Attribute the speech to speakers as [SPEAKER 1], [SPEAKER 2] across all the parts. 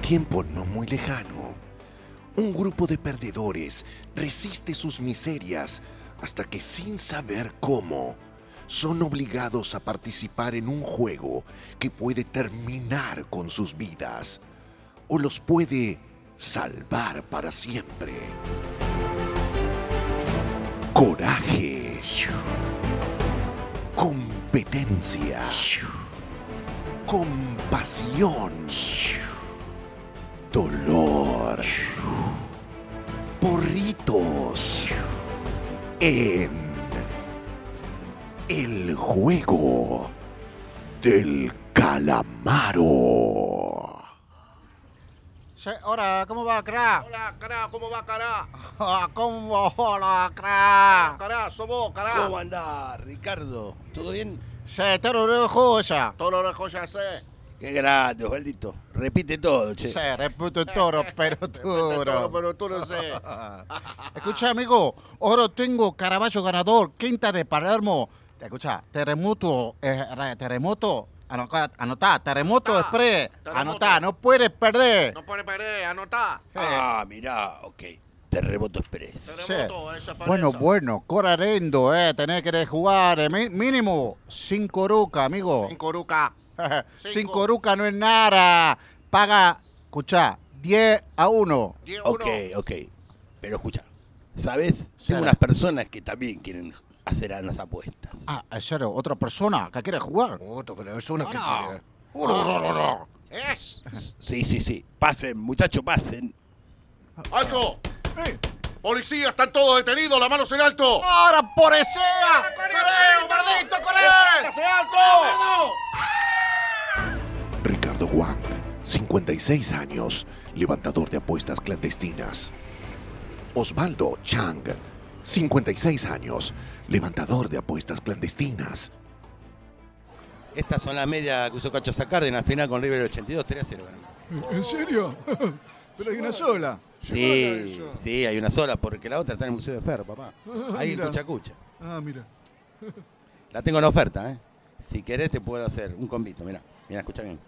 [SPEAKER 1] tiempo no muy lejano, un grupo de perdedores resiste sus miserias hasta que sin saber cómo, son obligados a participar en un juego que puede terminar con sus vidas o los puede salvar para siempre. Coraje. Competencia. Compasión. Dolor. Porritos. En el juego del calamaro.
[SPEAKER 2] Sí, hola, ¿cómo va, cra?
[SPEAKER 3] Hola, cará, ¿cómo va, cará?
[SPEAKER 2] Ah, ¿Cómo? Hola, cra.
[SPEAKER 3] Cará, somos, cará.
[SPEAKER 4] ¿Cómo anda, Ricardo? ¿Todo bien?
[SPEAKER 2] Se te orejo esa.
[SPEAKER 3] Todo lo que ya sé.
[SPEAKER 4] Qué grande, Osvaldito. Repite todo, che.
[SPEAKER 2] Se reputo toro, pero
[SPEAKER 3] Todo,
[SPEAKER 2] duro.
[SPEAKER 3] pero tú no sé.
[SPEAKER 2] Escucha, amigo, ahora tengo Caraballo ganador, quinta de Palermo. Escucha, terremoto, eh, re- terremoto, anota, anota, Ah, terremoto
[SPEAKER 3] Anotá,
[SPEAKER 2] express,
[SPEAKER 3] terremoto.
[SPEAKER 2] anota, no puedes perder.
[SPEAKER 3] No puede perder, anotá.
[SPEAKER 4] Ah, mirá, ok. Terremoto Express.
[SPEAKER 3] Terremoto, esa parece.
[SPEAKER 2] Bueno, bueno, corarendo, eh, tener que jugar, eh, mi- mínimo, cinco rucas, amigo.
[SPEAKER 3] Sin coruca.
[SPEAKER 2] Sin
[SPEAKER 3] Cinco.
[SPEAKER 2] coruca no es nada. Paga, escuchá, 10 a 1.
[SPEAKER 3] 10
[SPEAKER 4] Ok, ok. Pero escucha, ¿sabes? Tengo unas personas que también quieren hacer a las apuestas.
[SPEAKER 2] Ah, es serio, otra persona que quiere jugar.
[SPEAKER 1] pero es una
[SPEAKER 2] No,
[SPEAKER 1] que
[SPEAKER 2] no.
[SPEAKER 1] quiere-
[SPEAKER 3] ¿Eh?
[SPEAKER 4] Sí, sí, sí. Pasen, muchachos, pasen.
[SPEAKER 3] ¡Alto! ¡Policía, están todos detenidos! ¡La mano en alto!
[SPEAKER 2] ¡Ahora, por sea!
[SPEAKER 3] ¡Coreo, maldito, coreo! ¡Póngase alto!
[SPEAKER 1] Ricardo Juan, 56 años, levantador de apuestas clandestinas. Osvaldo Chang, 56 años, levantador de apuestas clandestinas.
[SPEAKER 4] Estas son las medias que usó Cacho Sacardi en la final con River del 82, 3 a 0.
[SPEAKER 5] ¿En serio? Pero hay una sola.
[SPEAKER 4] Sí, sí, hay una sola, porque la otra está en el Museo de Ferro, papá.
[SPEAKER 5] Ah,
[SPEAKER 4] Ahí en
[SPEAKER 5] mirá.
[SPEAKER 4] Cuchacucha.
[SPEAKER 5] Ah, mira.
[SPEAKER 4] La tengo en oferta, ¿eh? Si querés te puedo hacer un convito, mirá, mirá, escucha bien.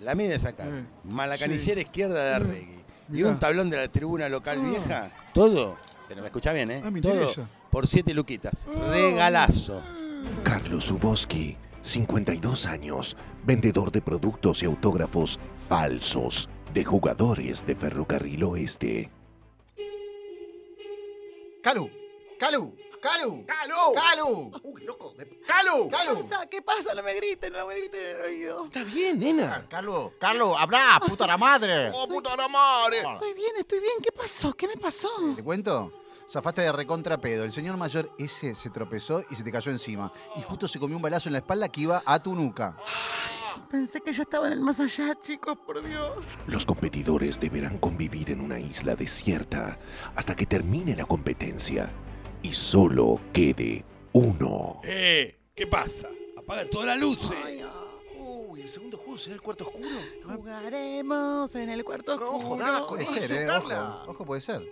[SPEAKER 4] La media es acá,
[SPEAKER 5] Eh,
[SPEAKER 4] más la
[SPEAKER 5] sí. Mm.
[SPEAKER 4] canillera izquierda de Arregui. Y
[SPEAKER 5] mirá.
[SPEAKER 4] un tablón de la tribuna local
[SPEAKER 5] Ah.
[SPEAKER 4] vieja, todo, te lo me escuchá bien, ¿eh?
[SPEAKER 5] Ah, me
[SPEAKER 4] todo
[SPEAKER 5] interesa.
[SPEAKER 4] por siete luquitas.
[SPEAKER 5] Ah.
[SPEAKER 4] Regalazo.
[SPEAKER 1] Carlos Zuboski, 52 años, vendedor de productos y autógrafos falsos de jugadores de Ferrocarril Oeste.
[SPEAKER 2] Calu, Calu, Calu,
[SPEAKER 3] ¡Calo!
[SPEAKER 2] Calu,
[SPEAKER 3] ¡Uy, loco! de- ¡Calo!
[SPEAKER 2] Calu.
[SPEAKER 6] ¿Qué pasa? No me griten, no me griten en el oído.
[SPEAKER 1] Está bien, nena.
[SPEAKER 2] Calu, Calu, habla, puta la madre.
[SPEAKER 3] ¡Oh, puta la madre!
[SPEAKER 6] Estoy bien, estoy bien. ¿Qué pasó? ¿Qué me pasó?
[SPEAKER 2] ¿Te cuento? Zafaste de recontra pedo. El señor mayor ese se tropezó y se te cayó encima. Y justo se comió un balazo en la espalda que iba a tu nuca.
[SPEAKER 6] Pensé que ya estaba en el más allá, chicos, por Dios.
[SPEAKER 1] Los competidores deberán convivir en una isla desierta hasta que termine la competencia y solo quede uno.
[SPEAKER 4] Eh, ¿qué pasa? Apaga todas las luces.
[SPEAKER 6] ah.
[SPEAKER 1] Uy, el segundo juego será el cuarto oscuro.
[SPEAKER 6] Jugaremos en el cuarto
[SPEAKER 1] No,
[SPEAKER 6] oscuro.
[SPEAKER 1] jodá, con
[SPEAKER 2] Puede
[SPEAKER 1] eso,
[SPEAKER 2] ser, eh,
[SPEAKER 1] Carla.
[SPEAKER 2] ojo, ojo, puede ser.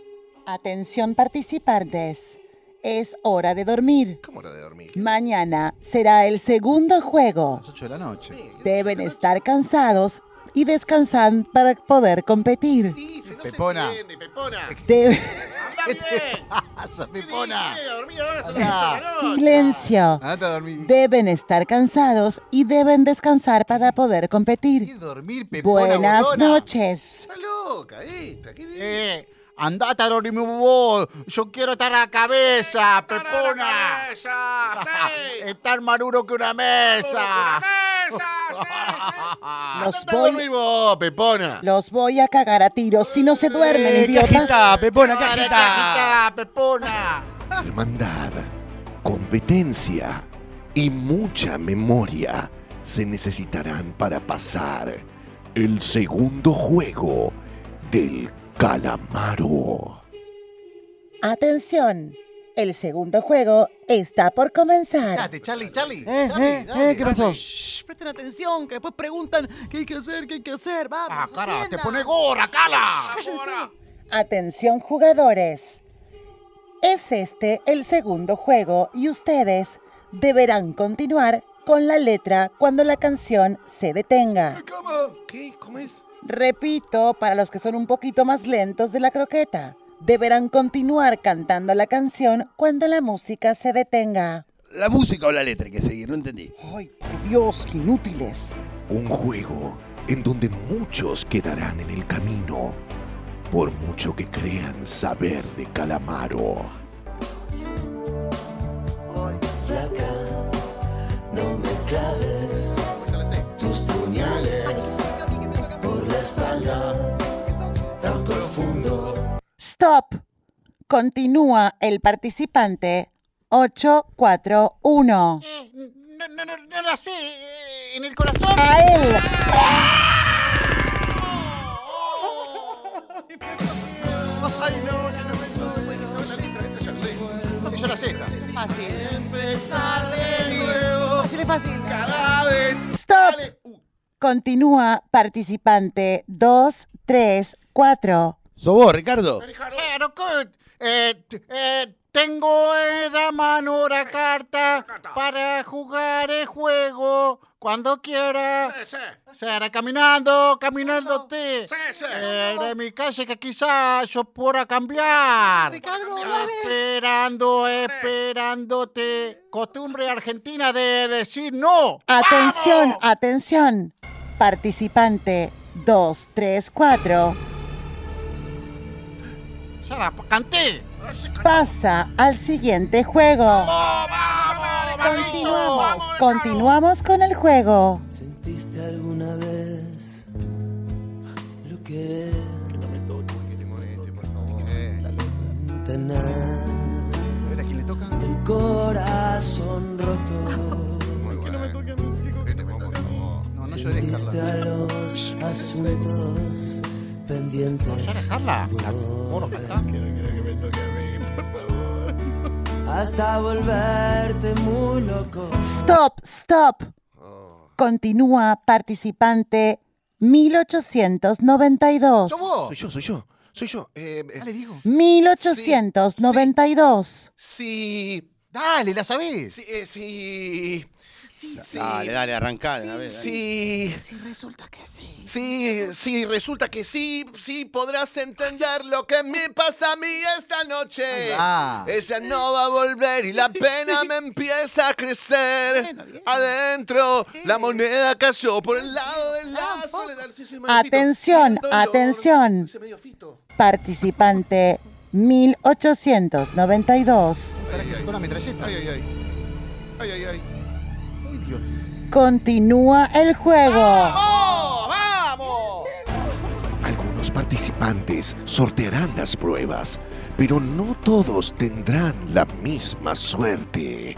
[SPEAKER 7] Atención participantes, es hora de dormir.
[SPEAKER 1] Cámara de dormir.
[SPEAKER 7] Mañana será el segundo
[SPEAKER 2] A
[SPEAKER 7] juego.
[SPEAKER 2] las 8 de la noche.
[SPEAKER 7] Deben estar cansados y descansar para poder competir.
[SPEAKER 3] Dice, no
[SPEAKER 2] Pepona.
[SPEAKER 3] se entiende, Pepona.
[SPEAKER 7] De-
[SPEAKER 3] ¡Anda bien!
[SPEAKER 2] ¡Pasa, pipona!
[SPEAKER 3] Sí, a dormir ahora son las
[SPEAKER 2] Andá.
[SPEAKER 3] ocho de la noche.
[SPEAKER 7] Silencio.
[SPEAKER 2] Andate a dormir.
[SPEAKER 7] Deben estar cansados y deben descansar para poder
[SPEAKER 2] ¿Qué
[SPEAKER 7] competir.
[SPEAKER 2] dormir, pepona,
[SPEAKER 7] Buenas
[SPEAKER 2] botona?
[SPEAKER 7] noches.
[SPEAKER 3] Está loca esta, ¿qué dice?
[SPEAKER 2] Eh, andate a dormir vos. Yo quiero estar a la cabeza,
[SPEAKER 3] Está la
[SPEAKER 2] pepona.
[SPEAKER 3] cabeza, sí.
[SPEAKER 2] Estar más duro que una mesa.
[SPEAKER 7] Los
[SPEAKER 3] Andate a
[SPEAKER 7] voy,
[SPEAKER 3] dormir vos, Pepona.
[SPEAKER 7] los voy a cagar a tiros si no se
[SPEAKER 1] Eh,
[SPEAKER 2] Eh,
[SPEAKER 7] duermen, idiotas.
[SPEAKER 4] cajita, Pepona,
[SPEAKER 2] Dale,
[SPEAKER 4] cajita.
[SPEAKER 2] cajita, pepona.
[SPEAKER 1] Hermandad, competencia y mucha memoria se necesitarán para pasar el segundo juego del calamaro.
[SPEAKER 7] Atención, el segundo juego está por comenzar.
[SPEAKER 2] Date, Charlie, Charlie.
[SPEAKER 6] Eh,
[SPEAKER 2] Charlie,
[SPEAKER 6] eh,
[SPEAKER 2] dale,
[SPEAKER 6] eh, ¿qué
[SPEAKER 2] dale.
[SPEAKER 6] pasó? Shh, presten atención, que después preguntan qué hay que hacer, qué hay que hacer. Vamos.
[SPEAKER 2] Ah, cara, te
[SPEAKER 6] atiendan.
[SPEAKER 2] pone gorra, cara.
[SPEAKER 3] Ahora.
[SPEAKER 7] Atención jugadores. Es este el segundo juego y ustedes deberán continuar con la letra cuando la canción se detenga.
[SPEAKER 5] ¿Cómo?
[SPEAKER 1] ¿Qué? ¿Cómo es?
[SPEAKER 7] Repito, para los que son un poquito más lentos de la croqueta, deberán continuar cantando la canción cuando la música se detenga.
[SPEAKER 4] La música o la letra hay que seguir, no entendí.
[SPEAKER 7] ¡Ay, por Dios, qué inútiles!
[SPEAKER 1] Un juego en donde muchos quedarán en el camino, por mucho que crean saber de Calamaro.
[SPEAKER 7] ¡Stop! Continúa el participante 841.
[SPEAKER 2] No, no, no, no la sé. eh, En el corazón.
[SPEAKER 7] ¡A él!
[SPEAKER 3] Ay, no, no, no, no, no, hay que saber la letra, esta ya
[SPEAKER 2] Yo la
[SPEAKER 3] la sé.
[SPEAKER 2] sé. esta.
[SPEAKER 6] Fácil. Empezar de nuevo. Fácil es fácil.
[SPEAKER 3] Cada vez.
[SPEAKER 7] ¡Stop!
[SPEAKER 3] Dale. Uh,
[SPEAKER 7] Continúa participante 234.
[SPEAKER 4] ¿Sos vos, Ricardo?
[SPEAKER 3] Alejandro.
[SPEAKER 2] Claro, que, eh, t- eh, tengo en la mano Eh, una carta para jugar el juego cuando quiera.
[SPEAKER 3] Sí, sí,
[SPEAKER 2] Será caminando, caminando te.
[SPEAKER 3] sí, sí.
[SPEAKER 2] Eh, de mi calle que quizás yo pueda cambiar.
[SPEAKER 6] Ricardo, dale.
[SPEAKER 2] Esperando, esperándote. Costumbre argentina de decir no.
[SPEAKER 7] Atención, atención. Participante 234
[SPEAKER 2] Ya la canté.
[SPEAKER 7] pasa al siguiente juego. Continuamos, continuamos con el juego.
[SPEAKER 8] ¿Sentiste alguna vez lo que es
[SPEAKER 3] Que te moleste, por favor. Eh,
[SPEAKER 8] tener
[SPEAKER 3] A ver, ¿a quién le toca?
[SPEAKER 8] el corazón roto?
[SPEAKER 3] Muy bueno. Que te pongo, por favor.
[SPEAKER 2] No, no llores,
[SPEAKER 8] ¿Sentiste
[SPEAKER 2] Carla.
[SPEAKER 8] a los asuntos pendientes?
[SPEAKER 2] Llores, Carla. La moro que está.
[SPEAKER 8] Hasta volverte muy loco.
[SPEAKER 7] Stop, stop.
[SPEAKER 1] Oh.
[SPEAKER 7] Continúa participante 1892.
[SPEAKER 1] Soy yo, soy yo, soy yo. Eh, eh,
[SPEAKER 2] Dale, digo.
[SPEAKER 7] 1892.
[SPEAKER 1] sí,
[SPEAKER 2] Dale, la sabés.
[SPEAKER 1] sí, eh, sí, sí,
[SPEAKER 4] Dale, dale, arrancá. de una vez, dale.
[SPEAKER 1] sí,
[SPEAKER 6] Si resulta que sí.
[SPEAKER 1] sí, sí, resulta que sí, sí podrás entender lo que me pasa a mí esta noche.
[SPEAKER 2] Ah.
[SPEAKER 1] Ella no va a volver y la pena me empieza a crecer.
[SPEAKER 6] Bueno, bien.
[SPEAKER 1] Adentro, la moneda cayó por el lado de la
[SPEAKER 6] Ah,
[SPEAKER 1] soledad. Ese maldito
[SPEAKER 7] Atención,
[SPEAKER 1] dolor.
[SPEAKER 7] atención.
[SPEAKER 1] Ese medio fito.
[SPEAKER 7] Participante 1892.
[SPEAKER 2] Espera que sacó una metralleta.
[SPEAKER 3] Ay, ay, ay. Ay, ay, ay.
[SPEAKER 7] Continúa el
[SPEAKER 1] ¡Ah!
[SPEAKER 7] juego.
[SPEAKER 3] ¡Oh, vamos!
[SPEAKER 1] Algunos participantes sortearán las pruebas, pero no todos tendrán la misma suerte.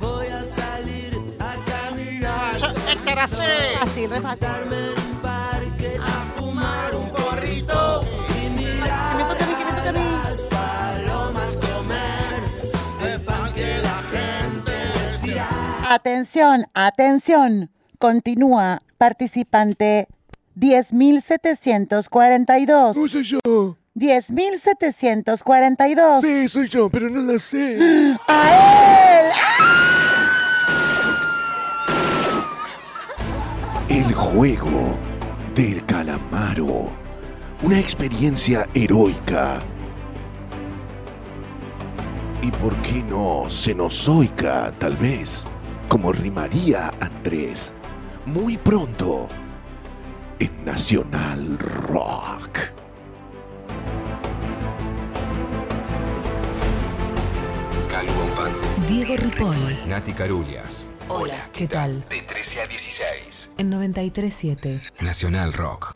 [SPEAKER 8] Voy a salir a caminar,
[SPEAKER 2] Yo- Esta la sé.
[SPEAKER 6] Fácil, re fácil.
[SPEAKER 8] darme en un parque, a fumar un
[SPEAKER 3] Porrito.
[SPEAKER 8] y mirar
[SPEAKER 6] Que me toca a mí, que me toca a mí.
[SPEAKER 8] las palomas comer. De pan que la gente les dirá.
[SPEAKER 7] Atención, atención. Continúa participante 10742.
[SPEAKER 5] No soy yo.
[SPEAKER 7] 10742.
[SPEAKER 5] Sí, soy yo, pero no la sé.
[SPEAKER 7] ¡A él! ¡Ah!
[SPEAKER 1] El juego del calamaro. Una experiencia heroica. ¿Y por qué no cenozoica, tal vez? Como rimaría Andrés. Muy pronto. En Nacional Rock.
[SPEAKER 9] Calvo Bonfante,
[SPEAKER 10] Diego Ripoll.
[SPEAKER 9] Nati Carulias.
[SPEAKER 10] Hola, ¿qué tal?
[SPEAKER 9] De 13 a 16.
[SPEAKER 10] En 937.
[SPEAKER 9] Nacional Rock.